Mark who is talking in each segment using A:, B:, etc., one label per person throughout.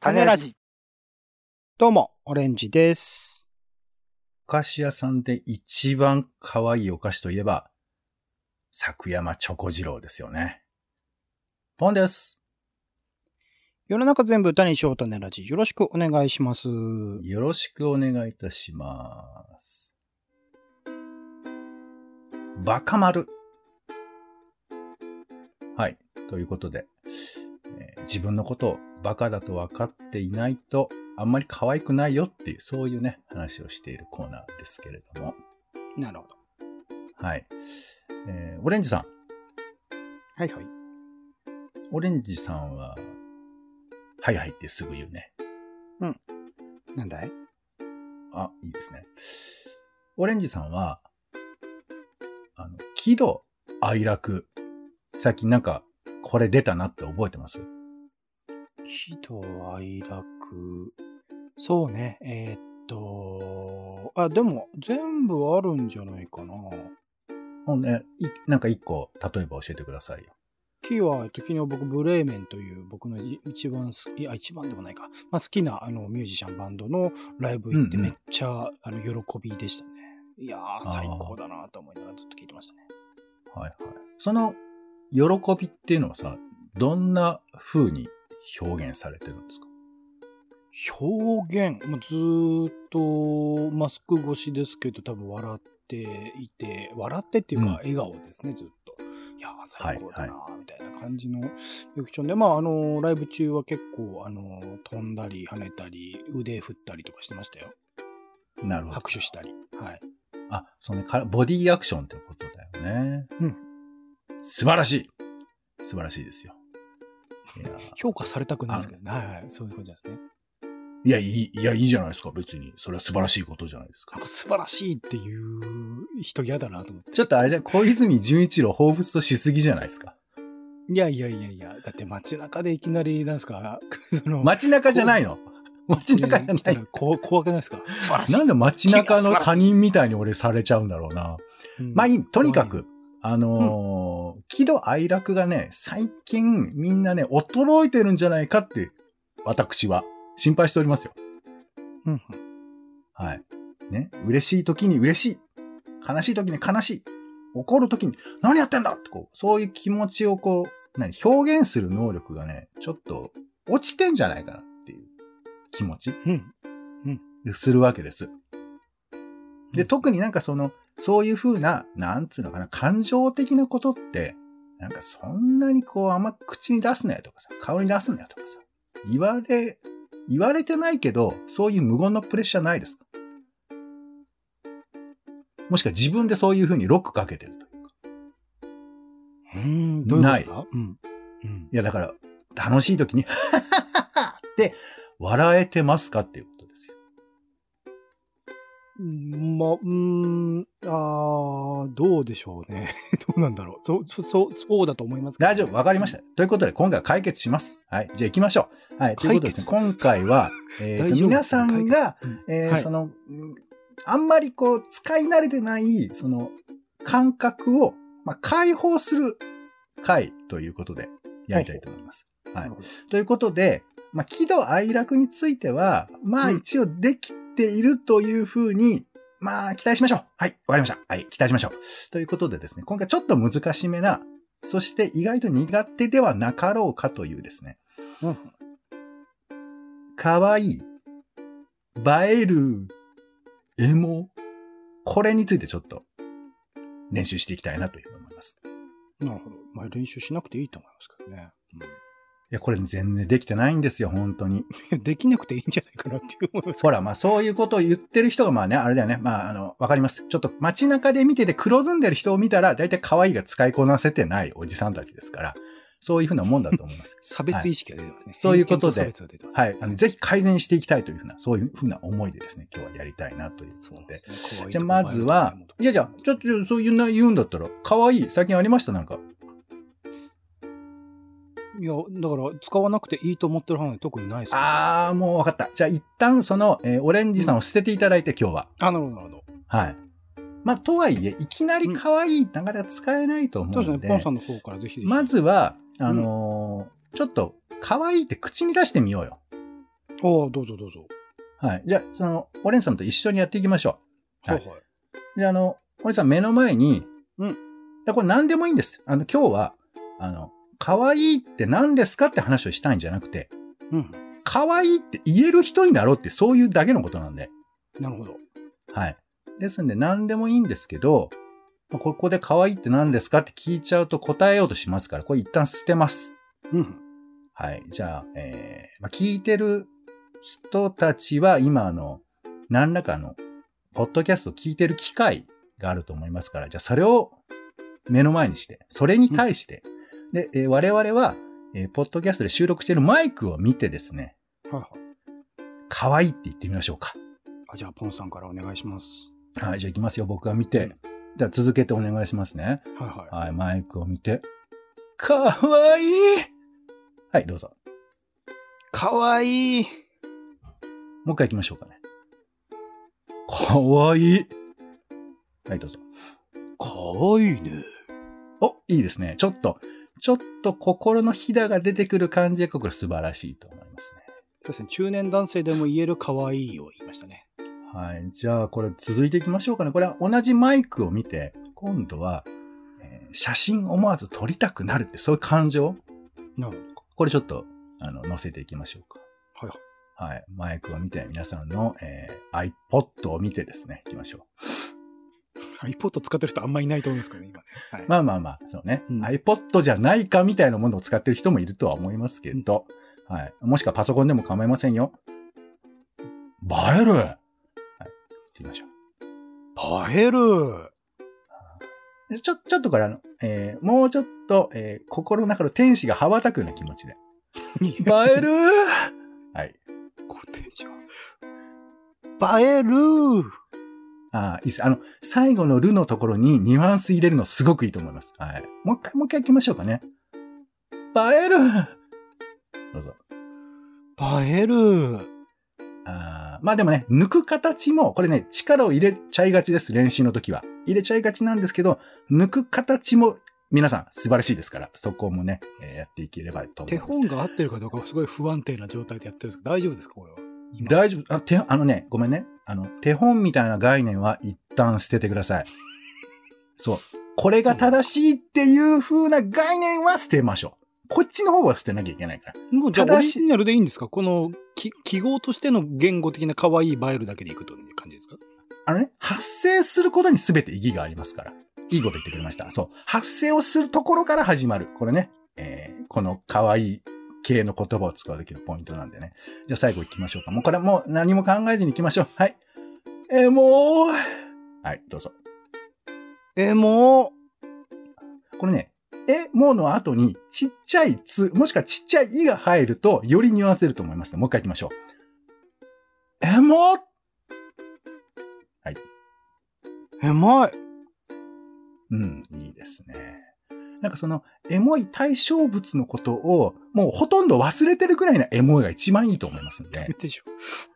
A: 種ラジ。
B: どうも、オレンジです。
C: お菓子屋さんで一番可愛いお菓子といえば、作山チョコ二郎ですよね。ポンです。
B: 世の中全部歌にしよう種ラジ。よろしくお願いします。
C: よろしくお願いいたします。バカ丸。はい。ということで、えー自分のことをバカだと分かっていないと、あんまり可愛くないよっていう、そういうね、話をしているコーナーですけれども。
B: なるほど。
C: はい。えーオレンジさん。
B: はいはい。
C: オレンジさんは、はいはいってすぐ言うね。
B: なんだい
C: あ、いいですね。オレンジさんは、あの、喜怒哀楽。最近なんか、これ出たなって覚えてます
B: 喜怒哀楽。そうね。えーっと、あ、でも、全部あるんじゃないかな。
C: ほんで、いなんか一個、例えば教えてくださいよ。
B: キーは、えっと、昨日僕、ブレーメンという僕のい一番好き、いや、一番でもないか。まあ、好きなあのミュージシャンバンドのライブ行って
C: うん
B: め
C: うん
B: っちゃ、あの喜びでしたね。いやー、
C: ー
B: 最高だなと思いながらずっと聞いてましたね。
C: はいはい。その、喜びっていうのはさ、どんな風に表現されてるんですか
B: 表現、まあ、ずーっとマスク越しですけど多分笑っていて笑ってっていう
C: うん
B: か笑顔ですね、ずっと。いやー最高だ
C: は
B: なーみたいな感じのリアクションで、まああのーライブ中は結構あのー飛んだり跳ねたり腕振ったりとかしてましたよ
C: なるほど。
B: 拍手したりはい
C: あ、そうね、かボディアクションってことだよね。
B: うん。
C: 素晴らしい素晴らしいですよ。いや
B: 評価されたくないですけどねはい、はい、そういう感じなんですね
C: いや、いい、いや、いいじゃないですか、別に。それは素晴らしいことじゃないです
B: な
C: か
B: ん。か素晴らしいっていう人嫌だなと思って
C: ちょっとあれじゃん、小泉純一郎彷彿としすぎじゃないですか。
B: いやいやいやいやだって街中でいきなりなんですか その
C: 街中じゃないの街中じゃ
B: ね来た
C: な
B: らこ怖くないですか素晴ら
C: い。なんで街中の他人みたいに俺されちゃうんだろうな。まあい
B: い。
C: い、とにかく、あのー喜怒哀楽がね、最近みんなね、衰えてるんじゃないかって、私は心配しておりますよ。
B: うん
C: はい。ね。嬉しい時に嬉しい。悲しい時に悲しい。怒る時に何やってんだってこう、そういう気持ちをこう、何、表現する能力がね、ちょっと落ちてんじゃないかなっていう気持ち
B: うん。
C: するわけです。で、特になんかその、そういう風な、なんつうのかな、感情的なことって、なんかそんなにこう、あんま口に出すなよとかさ、顔に出すなよとかさ、言われ、言われてないけど、そういう無言のプレッシャーないですかもしくは自分でそういう風にロックかけてるというか。
B: うん。どういうことだうん。うん。
C: いや、だから、楽しい時に、ははははって、笑えてますかっていうことですよ。
B: うんまあ、うーん、あーどうでしょうね。 どうなんだろう。そう、そう、そうそうだと思いますけど
C: 大丈夫、わかりました。ということで、今回は解決します。はい。じゃあ行きましょう。はい。ということでですね、今 回は、え
B: 大
C: ー
B: 丈夫
C: と、皆さんが、
B: うん
C: えー
B: はい
C: その、うんあんまりこう、使い慣れてない、その、感覚を、まあ、解放する回ということで、やりたいと思います。はい。ということで、まあ、喜怒哀楽については、まあ、
B: うん
C: 一応できているというふうに、まあ、期待しましょう。はい、わかりました。はい、期待しましょう。ということでですね、今回ちょっと難しめな、そして意外と苦手ではなかろうかというですね、
B: うん
C: かわいい、映える、エモ、これについてちょっと練習していきたいなというふうに思います。
B: なるほど。まあ、練習しなくていいと思いますけどね。
C: いや、これ全然できてないんですよ、本当に。
B: うん できなくていいんじゃないかなっていう思いますけ。
C: ほら、まあそういうことを言ってる人がまあね、あれだよね。まああの、わかります。ちょっと街中で見てて黒ずんでる人を見たら、大体可愛いが使いこなせてないおじさんたちですから、そういうふうなもんだと思います
B: 差別意識が出てますね。
C: そういうことで
B: 偏見差別が出てます
C: はい。あの、ぜひ改善していきたいというふうな、そういうふうな思いでですね、今日はやりたいなという
B: そうな
C: こ
B: ん
C: とで
B: で。すね
C: じゃあまずは、いやじゃあ、ちょっと、ちょっとそういうの言うんだったら、可愛い、最近ありましたなんか。
B: いや、だから、使わなくていいと思ってる範囲特にないですよ
C: あー、もうわかった。じゃあ一旦その、えーオレンジさんを捨てていただいて、今日は。
B: あ、なるほど、なるほど。
C: はい。まあ、とはいえ、いきなり可愛い流れは使えないと思う
B: そ
C: の
B: う
C: で。
B: ですね、ポンさんの方からぜひぜひ。
C: まずは、あのーちょっと、可愛いって口に出してみようよ。
B: ああ、どうぞどうぞ。
C: はい。じゃあ、その、オレンさんと一緒にやっていきましょはい
B: はい。
C: う。で、あの、オレンさん目の前に、
B: うん
C: だからこれ何でもいいんです。あの、今日は、あの、可愛いって何ですかって話をしたいんじゃなくて、
B: うん。
C: 可愛いって言える人になろうってそういうだけのことなんで。
B: なるほど。
C: はい。ですんで何でもいいんですけど、まあここで可愛いって何ですかって聞いちゃうと答えようとしますから、これ一旦捨てます。
B: うん。
C: はい。じゃあ、えーまあ、聞いてる人たちは今あの、何らかの、ポッドキャストを聞いてる機会があると思いますから、じゃあそれを目の前にして、それに対して、で、えー我々は、えーポッドキャストで収録しているマイクを見てですね、
B: はいはい。
C: 可愛いって言ってみましょうか。
B: あじゃあ、ポンさんからお願いします。
C: はい、じゃあ行きますよ。僕が見
B: う
C: て
B: ん。
C: じゃあ続けてお願いしますね。
B: はいは
C: はい、マイクを見て。かわいいはい、どうぞ。
B: い。かわいい。
C: もう一回行きましょうかね。かわいい。はい、どうぞ。
B: かわいいね。
C: お、いいですね。ちょっと、ちょっと心のひだが出てくる感じが、これ素晴らしいと思いますね。
B: そうですね。中年男性でも言えるかわいいを言いましたね。
C: はい。じゃあ、これ続いていきましょうかね。これは同じマイクを見て、今度は、えー写真思わず撮りたくなるって、そういう感情
B: なる
C: これちょっと、あの、載せていきましょうか。
B: ほど。はい
C: はい。マイクを見て、皆さんの、えー iPod を見てですね、行きましょ。
B: はい。iPod 使ってる人あんまいないと思うんですけどね、今ね。はいう
C: まあまあまあ、そうね、
B: うん
C: iPod じゃないかみたいなものを使ってる人もいるとは思いますけど、はい。もしくはパソコンでも構いませんよ。映えるはい。行ってみましょ
B: 映える。
C: う。でちょ、ちょっとこれあの、えーもうちょっと、えー心の中の天使が羽ばたくような気 持ちで。映えるはい。
B: コテージは映える。
C: ああ、いいです。あの、最後のルのところにニュアンス入れるのすごくいいと思います。はい。もう一回、もう一回行きましょうかね。映えるどうぞ。
B: 映える。
C: あーまあでもね、抜く形も、これね、力を入れちゃいがちです。練習の時は。入れちゃいがちなんですけど、抜く形も、皆さん素晴らしいですから、そこもね、えーやっていければと思い
B: 手
C: ます。
B: 本が合ってるかどうかすごい不安定な状態でやってるんですけど、大丈夫ですかこれは。今
C: 大丈夫あ手。あのね、ごめんね。あの、手本みたいな概念は一旦捨ててください。そう。これが正しいっていう風な概念は捨てましょう。こっちの方は捨てなきゃいけないから。
B: もうじゃあオ
C: 正
B: リ
C: し
B: ジナルでいいんですかこのき記号としての言語的な可愛い映えるだけでいくという感じですか
C: あのね、発生することに全て意義がありますから。いいこと言ってくれました。そう。発生をするところから始まる。これね、えーこの可愛い系の言葉を使うときのポイントなんでね。じゃあ最後行きましょうか。もうこれはもう何も考えずに行きましょう。はい。えー、もう。はい、どうぞ。
B: え、も
C: これね、え、もうの後に、ちっちゃいつ、もしくはちっちゃいいが入ると、よりニュアンス出ると思いますね。もう一回行きましょう。え、もう
B: う、えまい。
C: うん、いいですね。なんかその、エモい対象物のことを、もうほとんど忘れてるくらいのエモいが一番いいと思いますん
B: ダ
C: で
B: メ。でしょ。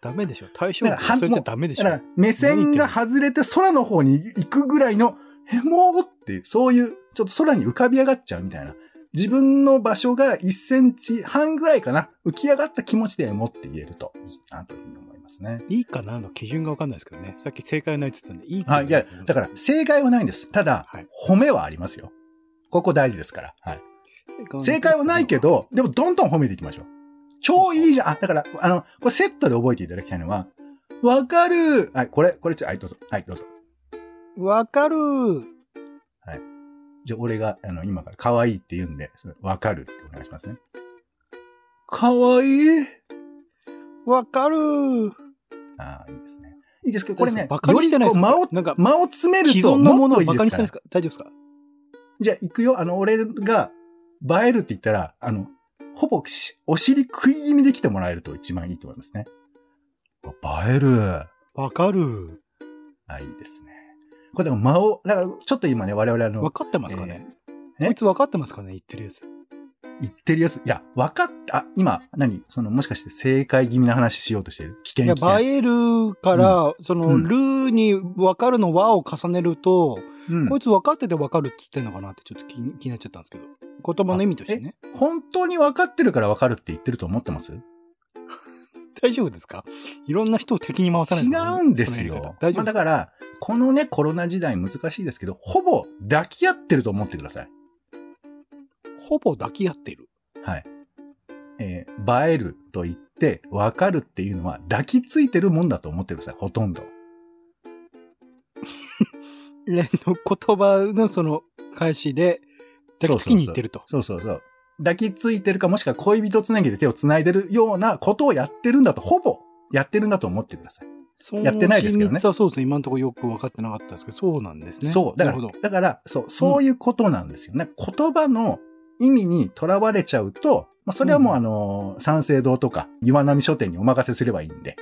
B: ダメでしょ。対象物
C: だからは
B: 忘れちゃダメでし
C: だ
B: ょ。
C: から、目線が外れて空の方に行くぐらいの、エモーって、そういう、ちょっと空に浮かび上がっちゃうみたいな。自分の場所が1センチ半ぐらいかな。浮き上がった気持ちでエモって言えるといいなというふうに思いますね。
B: いいかなの基準がわかんないですけどね。さっき正解ないって言ったんで、いいかな。
C: はい。いや、だから、正解はないんです。ただ、
B: はい
C: 褒めはありますよ。ここ大事ですから。はい。
B: ら
C: 正解はないけ。ど、でもどんどん褒めていきましょう。超いいじゃん。あ、だから、あの、これセットで覚えていただきたいのは、わかるはい、これ、これちょ、はい、どうぞ。はい、どうぞ。
B: わかる。
C: じゃあ、俺が、あの、今から可愛いって言うんで、それわかるってお願いしますね。可愛い
B: わかる。
C: ああ、いいですね。いいですけど、これね、
B: バカにしてない
C: よ
B: で
C: り
B: すか
C: こう間を、
B: なんか、
C: 間を詰める
B: 既
C: と、
B: 存のも
C: もっ
B: の
C: と
B: を
C: いい
B: バ
C: で
B: カ
C: す
B: にして
C: か
B: ない
C: ら
B: です。か大丈夫ですか
C: じゃあ行くよ。あの、俺が映えるって言ったら、あの、ほぼしお尻食い気味で来てもらえると一番いいと思いますね。あ映える。
B: わかる。
C: あ、いいですね。これでも間を、だからちょっと今ね、我々あ
B: わ
C: の、
B: かってますかね
C: えーえ
B: こいつわかってますかね言ってるやつ。
C: 言ってるやつ、いや、分かった、あ、今、何その、もしかして正解気味な話しようとしてる危
B: い
C: 険
B: や
C: 危険。
B: 映えるから、その、
C: うん
B: ルーに分かるの和を重ねると、
C: うん
B: こいつ分かってて分かるって言ってんのかなってちょっと気に気になっちゃったんですけど言葉の意味としてね
C: 本当に分かってるから分かるって言ってると思ってます
B: 大丈夫ですかいろんな人を敵に回さない
C: 違
B: と
C: うんです
B: その
C: よ。
B: やり方大丈
C: まあ、
B: 夫
C: だ
B: ですか
C: から、このね、コロナ時代難しいですけど、ほぼ抱き合ってると思ってください。
B: ほぼ抱き合ってる。
C: はい。えー映えると言って、わかるっていうのは、抱きついてるもんだと思ってください、ほとんど。
B: 連の言葉のその返しで、抱きつきに行ってると。
C: そうそうそう。抱きついてるか、もしくは恋人つなぎで手をつないでるようなことをやってるんだと、ほぼやってるんだと思ってください。
B: そう
C: やってないですけどね
B: そうそうですね。今のところよく分かってなかったですけど、そうなんですね。
C: そう。だか
B: なる
C: ら
B: ほど、。
C: だから、そう、そういうことなんですよ。ね言葉の意味にとらわれちゃうと、まあ、それはもう、
B: うん
C: あのー、三省堂とか、岩波書店にお任せすればいいんで、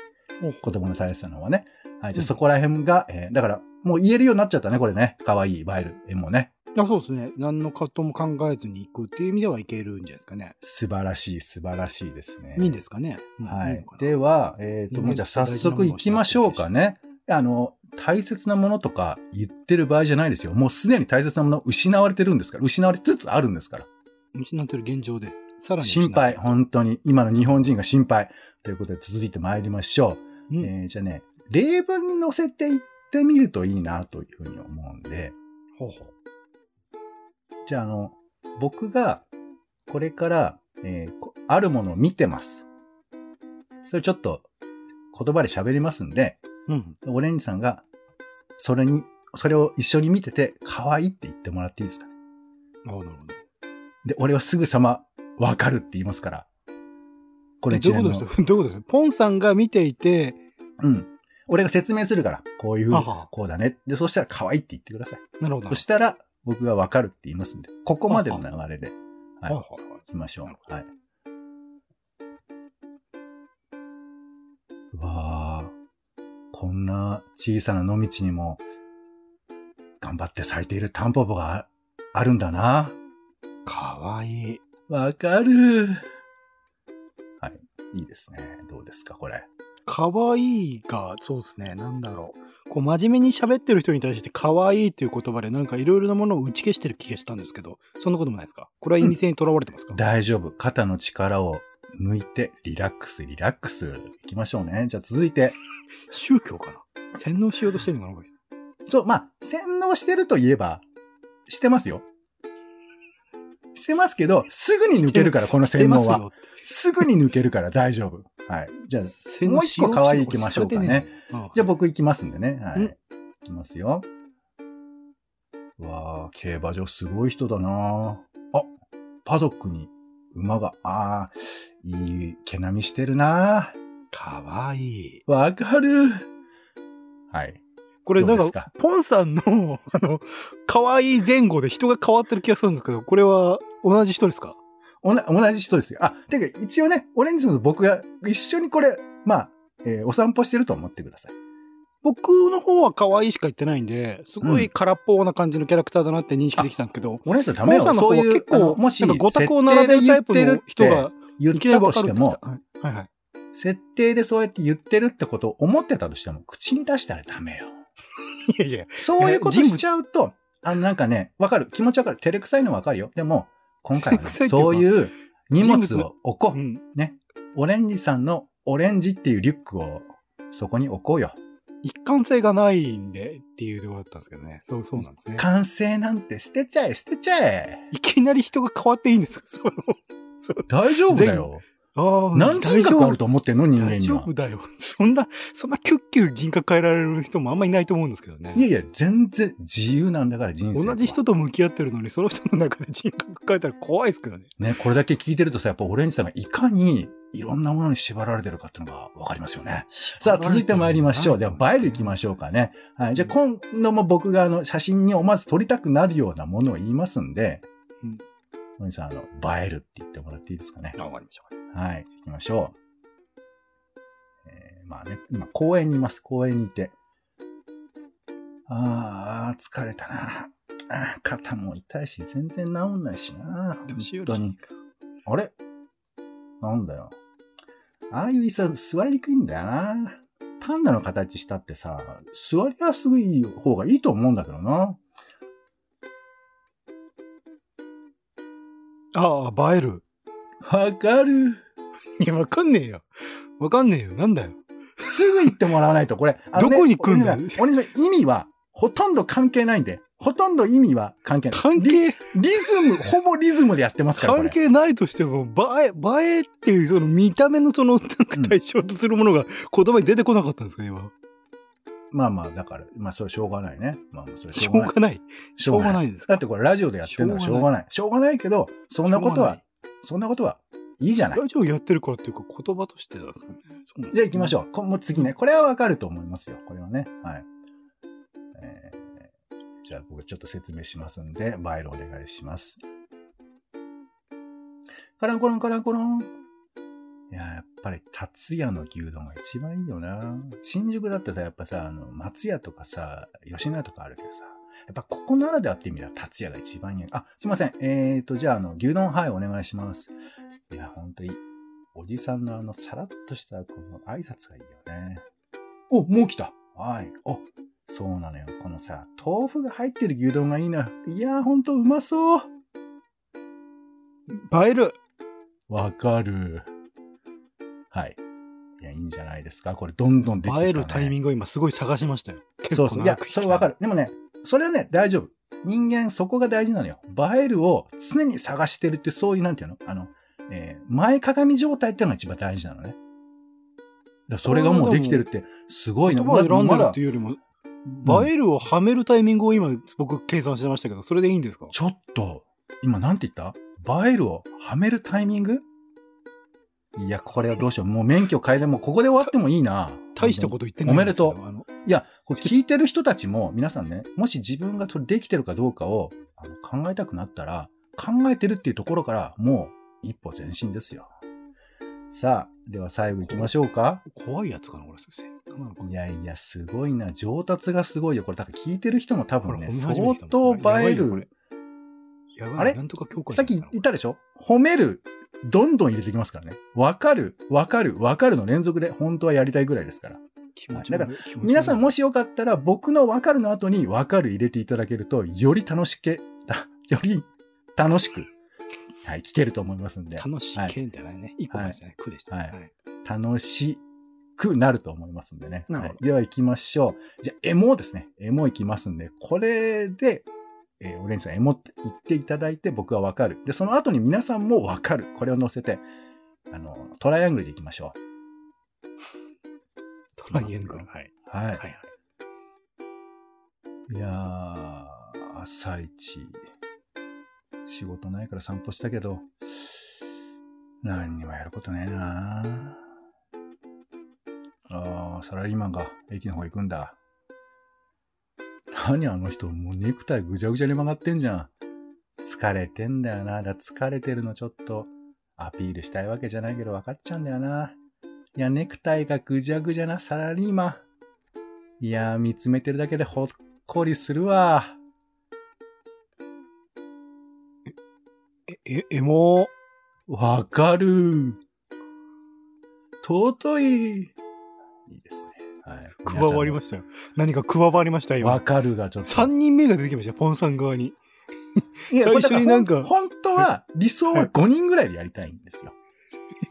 B: お
C: 子供の大切さの方はね。はい、じ
B: うん
C: ゃあそこら辺が、えーだから、もう言えるようになっちゃったね、これね。可愛いバイル。えもうね。
B: あそうですね。何の葛藤も考えずに行くっていう意味ではいけるんじゃないですかね。
C: 素晴らしい、素晴らしいですね。
B: いいんですかね。うん
C: はいい
B: のか。な
C: では、えっ、
B: 人
C: と、
B: 間
C: もうじゃあ早速行きましょうかね。あの、大切なものとか言ってる場合じゃないですよ。もうすでに大切なもの失われてるんですから、失われつつあるんですから。
B: 失ってる現状で、さらに失って
C: 心
B: る
C: 配、本当に。今の日本人が心配。ということで続いて参りましょ
B: う
C: う。
B: ん
C: えーじゃあね、例文に載せていってみるといいなというふうに思うんで、
B: ほうほう。
C: じゃああの、僕がこれから、えーこあるものを見てます。それちょっと言葉で喋りますんで、
B: うん。
C: オレンジさんが、それに、それを一緒に見てて、可愛いって言ってもらっていいですかね。
B: あなるほど。
C: で、俺はすぐさま、わかるって言いますから。これ
B: えど
C: ち
B: うい
C: な
B: う
C: み
B: こと
C: に
B: で、すかどういうことですかポンさんが見ていて、
C: うん。俺が説明するから、こういうふう
B: は
C: に
B: は、
C: こうだね。で、そしたら可愛いって言ってください。
B: なるほど。
C: そしたら、僕がわかるって言いますんで、ここまでの流れで、
B: は
C: はい
B: はい
C: い
B: はい。
C: いきましょ
B: なるほ
C: う。
B: ど
C: はい。うわあ、こんな小さな野道にも、頑張って咲いているタンポポがああるんだな。
B: かわいい。
C: わかる。はい。いいですね。どうですか、これ。
B: かわいいが、そうですね。なんだろう。こう、真面目に喋ってる人に対して、かわいいという言葉で、なんかいろいろなものを打ち消してる気がしたんですけど、そんなこともないですかこれは意味性にとらわれてますか、
C: 大丈夫。肩の力を抜いて、リラックス、リラックス。いきましょうね。じゃあ続いて。
B: 宗教かな洗脳しようとしてるのかなこれ
C: そう、まあ、洗脳してると言えば、してますよ。してますけど、すぐに抜けるから、この 洗脳は。。すぐに抜けるから大丈夫。はい。じゃあ、
B: 洗
C: も
B: 脳
C: う一
B: しよ
C: 個
B: う
C: 可愛い
B: とて
C: 行き
B: る
C: ましょうか
B: これされ
C: ね
B: て。えの。
C: じゃあ
B: あ
C: 僕行きますんでね。はい。
B: うん
C: 行きますよ。わあ、競馬場すごい人だなあ。あ、パドックに馬が、ああ、いい毛並みしてるな
B: かわいい。
C: わかる。はい。
B: これなん
C: どう
B: か
C: ですか
B: ポンさんの、あの、可愛い前後で人が変わってる気がするんですけど、これは同じ人ですか
C: おな同じ人ですよ。あ、てか一応ね、オレンジさんと僕が一緒にこれ、まあ、えーお散歩してると思ってください。
B: 僕の方は可愛いしか言ってないんで、すごい空っぽな感じのキャラクターだなって認識できたんですけど、
C: オレンジさんダ
B: ポ
C: メ
B: ンさ
C: よ。
B: んの方
C: そう
B: は
C: いう、
B: 結
C: あの
B: 構、
C: もし、
B: なんかごた
C: 設
B: くを並べ
C: 定
B: るタ
C: で言
B: イ
C: っ
B: プ
C: て
B: の
C: るっ
B: 人
C: て
B: が、
C: 言っ
B: いきな
C: た
B: り分か
C: とし
B: る
C: て
B: って言っ
C: も
B: て、たはいはいはい。
C: 設定でそうやって言ってるってことを思ってたとしても、口に出したらダメよ。
B: いやいや、
C: そういうこと
B: 人物
C: しちゃうと、あのなんかね、わかる。気持ちわかる。照れくさいのわかるよ。でも、今回は、ね、
B: 照れくさいっていうか
C: そういう荷物を置こ
B: う
C: う。
B: ん。
C: ね。オレンジさんのオレンジっていうリュックを、そこに置こうよ。
B: 一貫性がないんでっていうところだったんですけどね。そう、そうなんですね。
C: 完成なんて捨てちゃえ、捨てちゃえ。
B: いきなり人が変わっていいんですかそう。
C: 大丈夫だよ。
B: ああ、
C: 何人格あると思ってんの人間
B: 大
C: に
B: 丈
C: は
B: 夫。だよ。 そんな、そんなキュッキュ人格変えられる人もあんまいないと思うんですけどね。
C: いやいや、全然自由なんだから人生。
B: 同じ人と向き合ってるのに、その人の中で人格変えたら怖いですけどね。
C: ね、これだけ聞いてるとさ、やっぱオレンジさんがいかにいろんなものに縛られてるかっていうのがわかりますよね。さあ、続いて参りましょう。では、映える行きましょうかね。はい。じゃあ、今度も僕があの、写真に思わず撮りたくなるようなものを言いますんで、
B: うん
C: オレンジさん、あの、映えるって言ってもらっていいですかね。
B: あわかりました。
C: はい、行きましょう。えーまあね、今公園にいます。公園にいて。ああ、疲れたな。あー肩も痛いし、全然治んないしな。
B: 年寄り
C: 本当
B: じゃな
C: に
B: い。か
C: あれなんだよ。ああいう椅子は座りにくいんだよな。パンダの形したってさ、座りやすい方がいいと思うんだけどな。
B: ああ、映える。
C: わかる。
B: いや、わかんねえよ。わかんねえよ。なんだよ。
C: すぐ言ってもらわないと、これ。あのね
B: どこに来んだよ
C: お兄さんお兄さん、意味は、ほとんど関係ないんで、ほとんど意味は関係ない。
B: 関
C: リ
B: 係、
C: リズム、ほぼリズムでやってますから、これ
B: 関。係ないとしても、映え、映えっていう、その見た目のその、なんか対象とするものが言葉に出てこなかったんですか、今。
C: まあまあ、だから、まあ、それはしょうがないね。まあまあ、それは
B: し
C: し
B: ょ
C: ょ
B: う
C: うがない。
B: がない。し
C: し
B: ょうがないですか
C: だってこれラジオでやってるのはしょうがない。しょうがないけど、そんなことは、そんなことはいいじゃない。
B: ラジオやってるからっていうか言葉としてなんですかね。
C: じゃあ行きまし
B: ょ
C: ょう。こもう次ね。これはわかると思いますよ。これはね。はい。えーじゃあ僕ちょっと説明しますんで、バイルお願いします。カランコロンカランコロン。いやー、やっぱり、達也の牛丼が一番いいよな。新宿だってさ、やっぱさ、あの、松屋とかさ、吉野家とかあるけどさ、やっぱここならではって意味では達也が一番いい。あ、すいません。えーと、じゃあ、あの、牛丼、はい、お願いします。いや、本当に、おじさんのあの、さらっとした、この挨拶がいいよね。お、もう来たはい。お、そうなのよ。このさ、豆腐が入ってる牛丼がいいのよ。いやー、ほんとうまそう。
B: う。映える。
C: わかる。はい。いや、いいんじゃないですか。これ、どんどんできてきた、ね。
B: 映えるタイミングを今すごい探しましたよ。結
C: そう
B: 構
C: そう。いや、それわか
B: る。
C: る。でもね、それはね、大丈夫。人間、そこが大事なのよ。映えるを常に探してるって、そういう、なんていうのあの、えー前かがみ状態ってのが一番大事なのね。だからそれがもうできてるって、すごい
B: 言
C: な。
B: 葉を選んでる
C: まだ
B: っていうよりも、映えるをはめるタイミングを今僕計算してましたけど、それでいいんですか
C: ちょっと、今なんて言った映えるをはめるタイミングいや、これはどうしよう。もう免許変えて、もうここで終わってもいいな。
B: 大したこと言ってないんですけど
C: おめでとういや、これ聞いてる人たちも、皆さんね、もし自分がそれできてるかどうかをあの考えたくなったら、考えてるっていうところから、もう一歩前進ですよ。さあ、では最後行きましょう
B: あ
C: か。
B: の怖いやつかな、これ、先生。なんなのかない
C: やいや、すごいな。上達がすごいよ。これ、だから聞いてる人も多
B: ほ
C: 分
B: ら
C: ね、
B: 褒め始め
C: 相
B: てきたも
C: 当
B: んこれや
C: 映え
B: ばいよこ
C: る
B: れ。やばい
C: あれ
B: なんとか教会
C: さっき言ったでしょ褒める、どんどん入れてきますからね。わかる、わかる、わかるの連続で、本当はやりたいぐらいですから。
B: 気持ち
C: だ
B: 悪い
C: か皆さんも
B: し、
C: しよかったら、僕のわかるの後にわかる入れていただけると、より楽しけ、だ より楽しく、はい、聞けると思いますんで、
B: 楽しい剣じゃないね。一個前じゃない。苦でしたね。
C: はい
B: はい
C: 楽しくなると思いますんでね。
B: なる
C: は
B: ほど
C: い、では行きましょう。じゃあ、エモですね。エモ行きますんで、これで、えーオレンジさん、エモって言っていただいて、僕はわかる。で、その後に皆さんもわかる。これを乗せて、あの、トライアングルで行きましょう。
B: トライアングル。はい。
C: はい。
B: はいはい。
C: いやー、朝一。仕事ないから散歩したけど、何にもやることねえなああー、サラリーマンが駅の方行くんだ。何あの人、もうネクタイぐちゃぐちゃに曲がってんじゃん。疲れてんだよな。だ疲れてるのちょっとアピールしたいわけじゃないけど分かっちゃうんだよな。いや、ネクタイがぐじゃぐじゃなサラリーマン。いやー、見つめてるだけでほっこりするわ。
B: え、え、エモー。
C: わかる。尊い。いいですね。はい。
B: 加わりましたよ。何か加わりましたよ、
C: わ
B: 今。
C: かるがちょっと。
B: 3人目が出てきましたよ、ポンさん側に。
C: いや
B: 最初になんか
C: これだらほん本当は、理想は5人ぐらいでやりたいんですよ。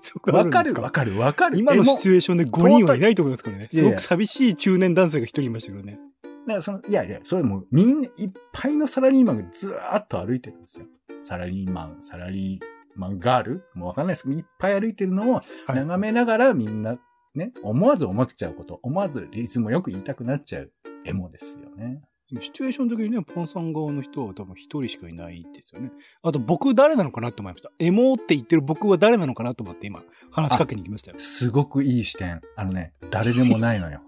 B: そこあ
C: わ
B: ん
C: か
B: です
C: る、わかる、わかる。
B: 今の
C: エモ
B: シチュエーションで5人はいないと思いますからね。
C: い
B: す
C: やいや
B: ごく寂しい中年男性が一人いましたけどね。
C: だからその、いやいや、それもうみんな、いっぱいのサラリーマンがずーっと歩いてるんですよ。サラリーマン、サラリーマンガールもうわかんないですけど、いっぱい歩いてるのを
B: はい
C: 眺めながらみんな、ね、思わず思っちゃうこと、思わずリズムよく言いたくなっちゃうエモですよね。
B: シチュエーション的にね、ポンさん側の人は多分一人しかいないですよね。あと僕誰なのかなって思いました。エモーって言ってる僕は誰なのかなと思って今話しかけに行きましたよ。
C: すごくいい視点。あのね、誰でもないのよ。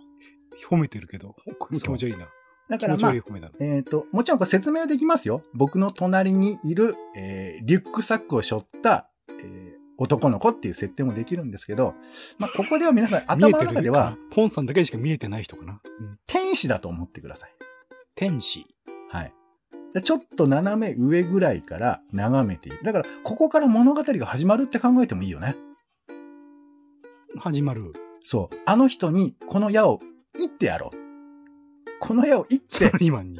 B: 褒めてるけど、これ気持ち悪いな。
C: だ
B: 気
C: か
B: 持
C: ら
B: ち
C: まあ
B: 悪い、褒めだな。
C: えっ、と、もちろんこれ説明はできますよ。僕の隣にいる、えーリュックサックを背負った、えー男の子っていう設定もできるんですけど、まあ、ここでは皆さん頭の 中で
B: 見えて
C: は
B: るかなポンさんだけしか見えてない人かな。うん
C: 天使だと思ってください。
B: 天使。
C: はい。でちょっと斜め上ぐらいから眺めている。だから、ここから物語が始まるって考えてもいいよね。
B: 始まる。
C: そう。あの人にこの矢を行ってやろう。この矢を行っ
B: サラ
C: て、
B: リーマンに。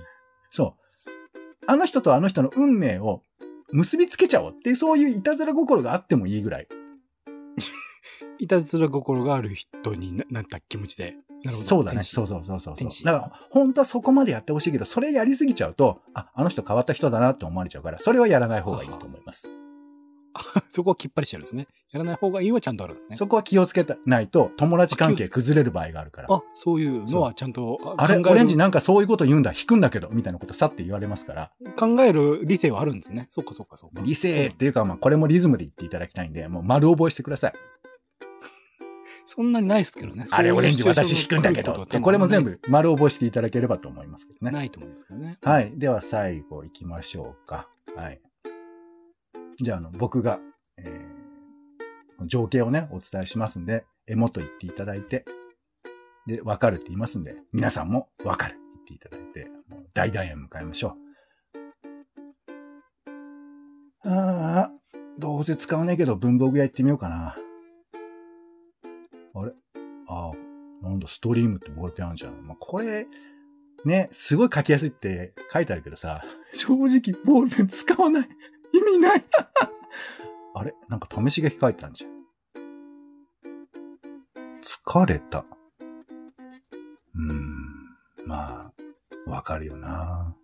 C: そう。あの人とあの人の運命を結びつけちゃおうっていう、そういういたずら心があってもいいぐらい。
B: いたずら心がある人にななった気持ちで。なるほど。
C: そうだね。
B: 天使
C: そうそうそうそうそう
B: 天。使
C: だから、本当はそこまでやってほしいけど、それやりすぎちゃうと、あ、あの人変わった人だなって思われちゃうから、それはやらない方がいいと思います。
B: そこはきっぱりしてるんですね。やらない方がいいはちゃんとあるんですね。
C: そこは気をつけたないと、友達関係崩れる場合があるから。
B: あ、そういうのはちゃんとあ
C: あれ、
B: 考え
C: オレンジ
B: る、
C: なんかそういうこと言うんだ、引くんだけど、みたいなことさって言われますから、
B: 考える理性はあるんですね。そうかそうかそうか。
C: 理性っていうか、まあ、これもリズムで言っていただきたいんで、もう丸覚えしてください。
B: そんなにないですけどね。
C: あれ、オレンジ
B: そういうシチ
C: 私
B: ュエーション
C: 引くんだけ
B: 来る
C: ど
B: ことは多分
C: これも全
B: な
C: 部
B: い
C: 丸覚えしていただければと思いますけどね。
B: ないと思うんですけどね。
C: はい。では最後行きましょうか。はい。じゃあ、あの、僕が、えー、情景をね、お伝えしますんで、エモと言っていただいて、で、わかるって言いますんで、皆さんもわかるって言っていただいて、もう大団円迎えましょう。ああ、どうせ使わねえけど文房具屋行ってみようかな。あれああ、なんだ、ストリームってボールペンあるじゃん。まあ、これ、ね、すごい書きやすいって書いてあるけどさ、正直ボールペン使わない。意味ない。 あれなんか試し書き書いてあるじゃん。疲れた。うーん、まあ、わかるよな。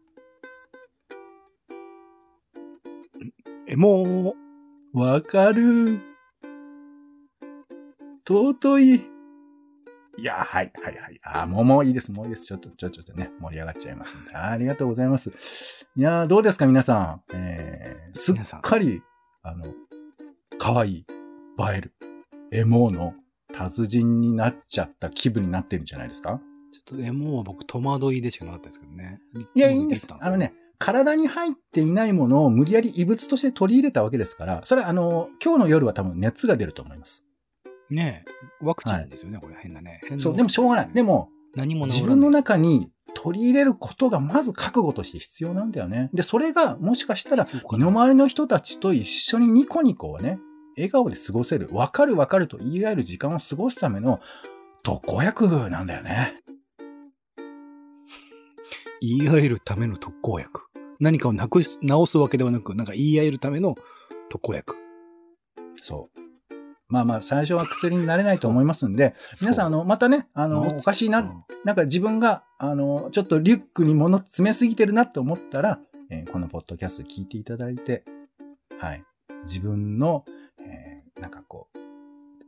B: え、も
C: わかる。尊い。いや、はい、はい、はい。あー、もう、もういいです、もういいです。ちょっと、ちょ、ちょっとね、盛り上がっちゃいますんで。あーありがとうございます。いやー、どうですか、皆さん。えー、すっ
B: 皆さん
C: かり、あの、可愛いい、映える、エモーの達人になっちゃった気分になってるんじゃないですか
B: う、ちょっとえ、もうは僕戸惑いでしかなかったですけどね。
C: いや、いいんです
B: もう出てた。
C: あの。ね、体に入っていないものを無理やり異物として取り入れたわけですから、それはあの、今日の夜は多分熱が出ると思います。
B: ねえ、ワクチンですよね、これ変なね。変な
C: そう、でもしょうがない。で、も、
B: 何も治
C: 自
B: らない
C: 分の中に取り入れることがまず覚悟として必要なんだよね。で、それがもしかしたら
B: そう、か
C: 身
B: な
C: の回りの人たちと一緒にニコニコはね、笑顔で過ごせる、わかるわかると言い合える時間を過ごすための、特効薬なんだよね。
B: 言い合えるための特効薬。何かをなくす、直すわけではなく、なんか言い合えるための特効薬。
C: そう。まあまあ、最初は薬になれないと思いますんで、皆さん、
B: そう、
C: あの、またね、あの、
B: 直す
C: おかしいな
B: う、ん
C: なんか自分が、あの、ちょっとリュックに物詰めすぎてるなと思ったら、えーこのポッドキャスト聞いていただいて、はい。自分の、えーなんかこ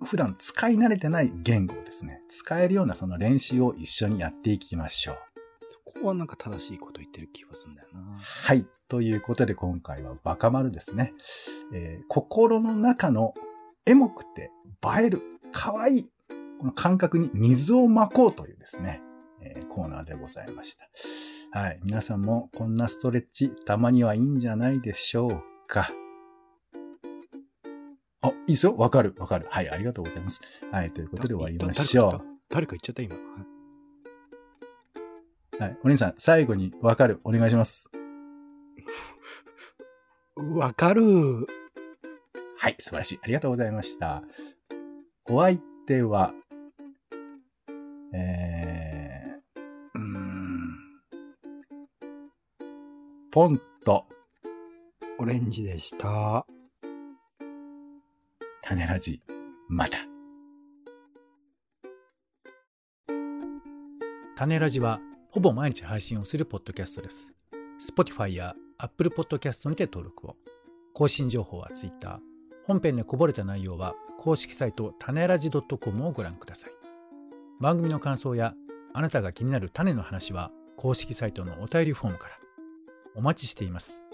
C: う、普段使い慣れてない言語をですね、使えるようなその練習を一緒にやっていきましょう。
B: そこはなんか正しいこと言ってる気がするんだよな。
C: はい。ということで今回はバカ丸ですね。えー心の中のエモくて映える、可愛い、この感覚に水をまこうというですね、えーコーナーでございました。はい。皆さんもこんなストレッチ、たまにはいいんじゃないでしょうか。あ、いいですよ。わかる。わかる。はい。ありがとうございます。はい。ということで終わりましょう。
B: 誰か言っちゃった今。
C: はい。お兄さん、最後にわかる。お願いします。
B: わかる。
C: はい、素晴らしい。ありがとうございました。お相手は、えー、うーん、ポンと
B: オレンジでした。
C: 種ラジ、また。
A: 種ラジはほぼ毎日配信をするポッドキャストです。Spotify や Apple Podcast にて登録を。更新情報は Twitter。本編でこぼれた内容は公式サイト種ラジ .com をご覧ください。番組の感想やあなたが気になる種の話は公式サイトのお便りフォームから。お待ちしています。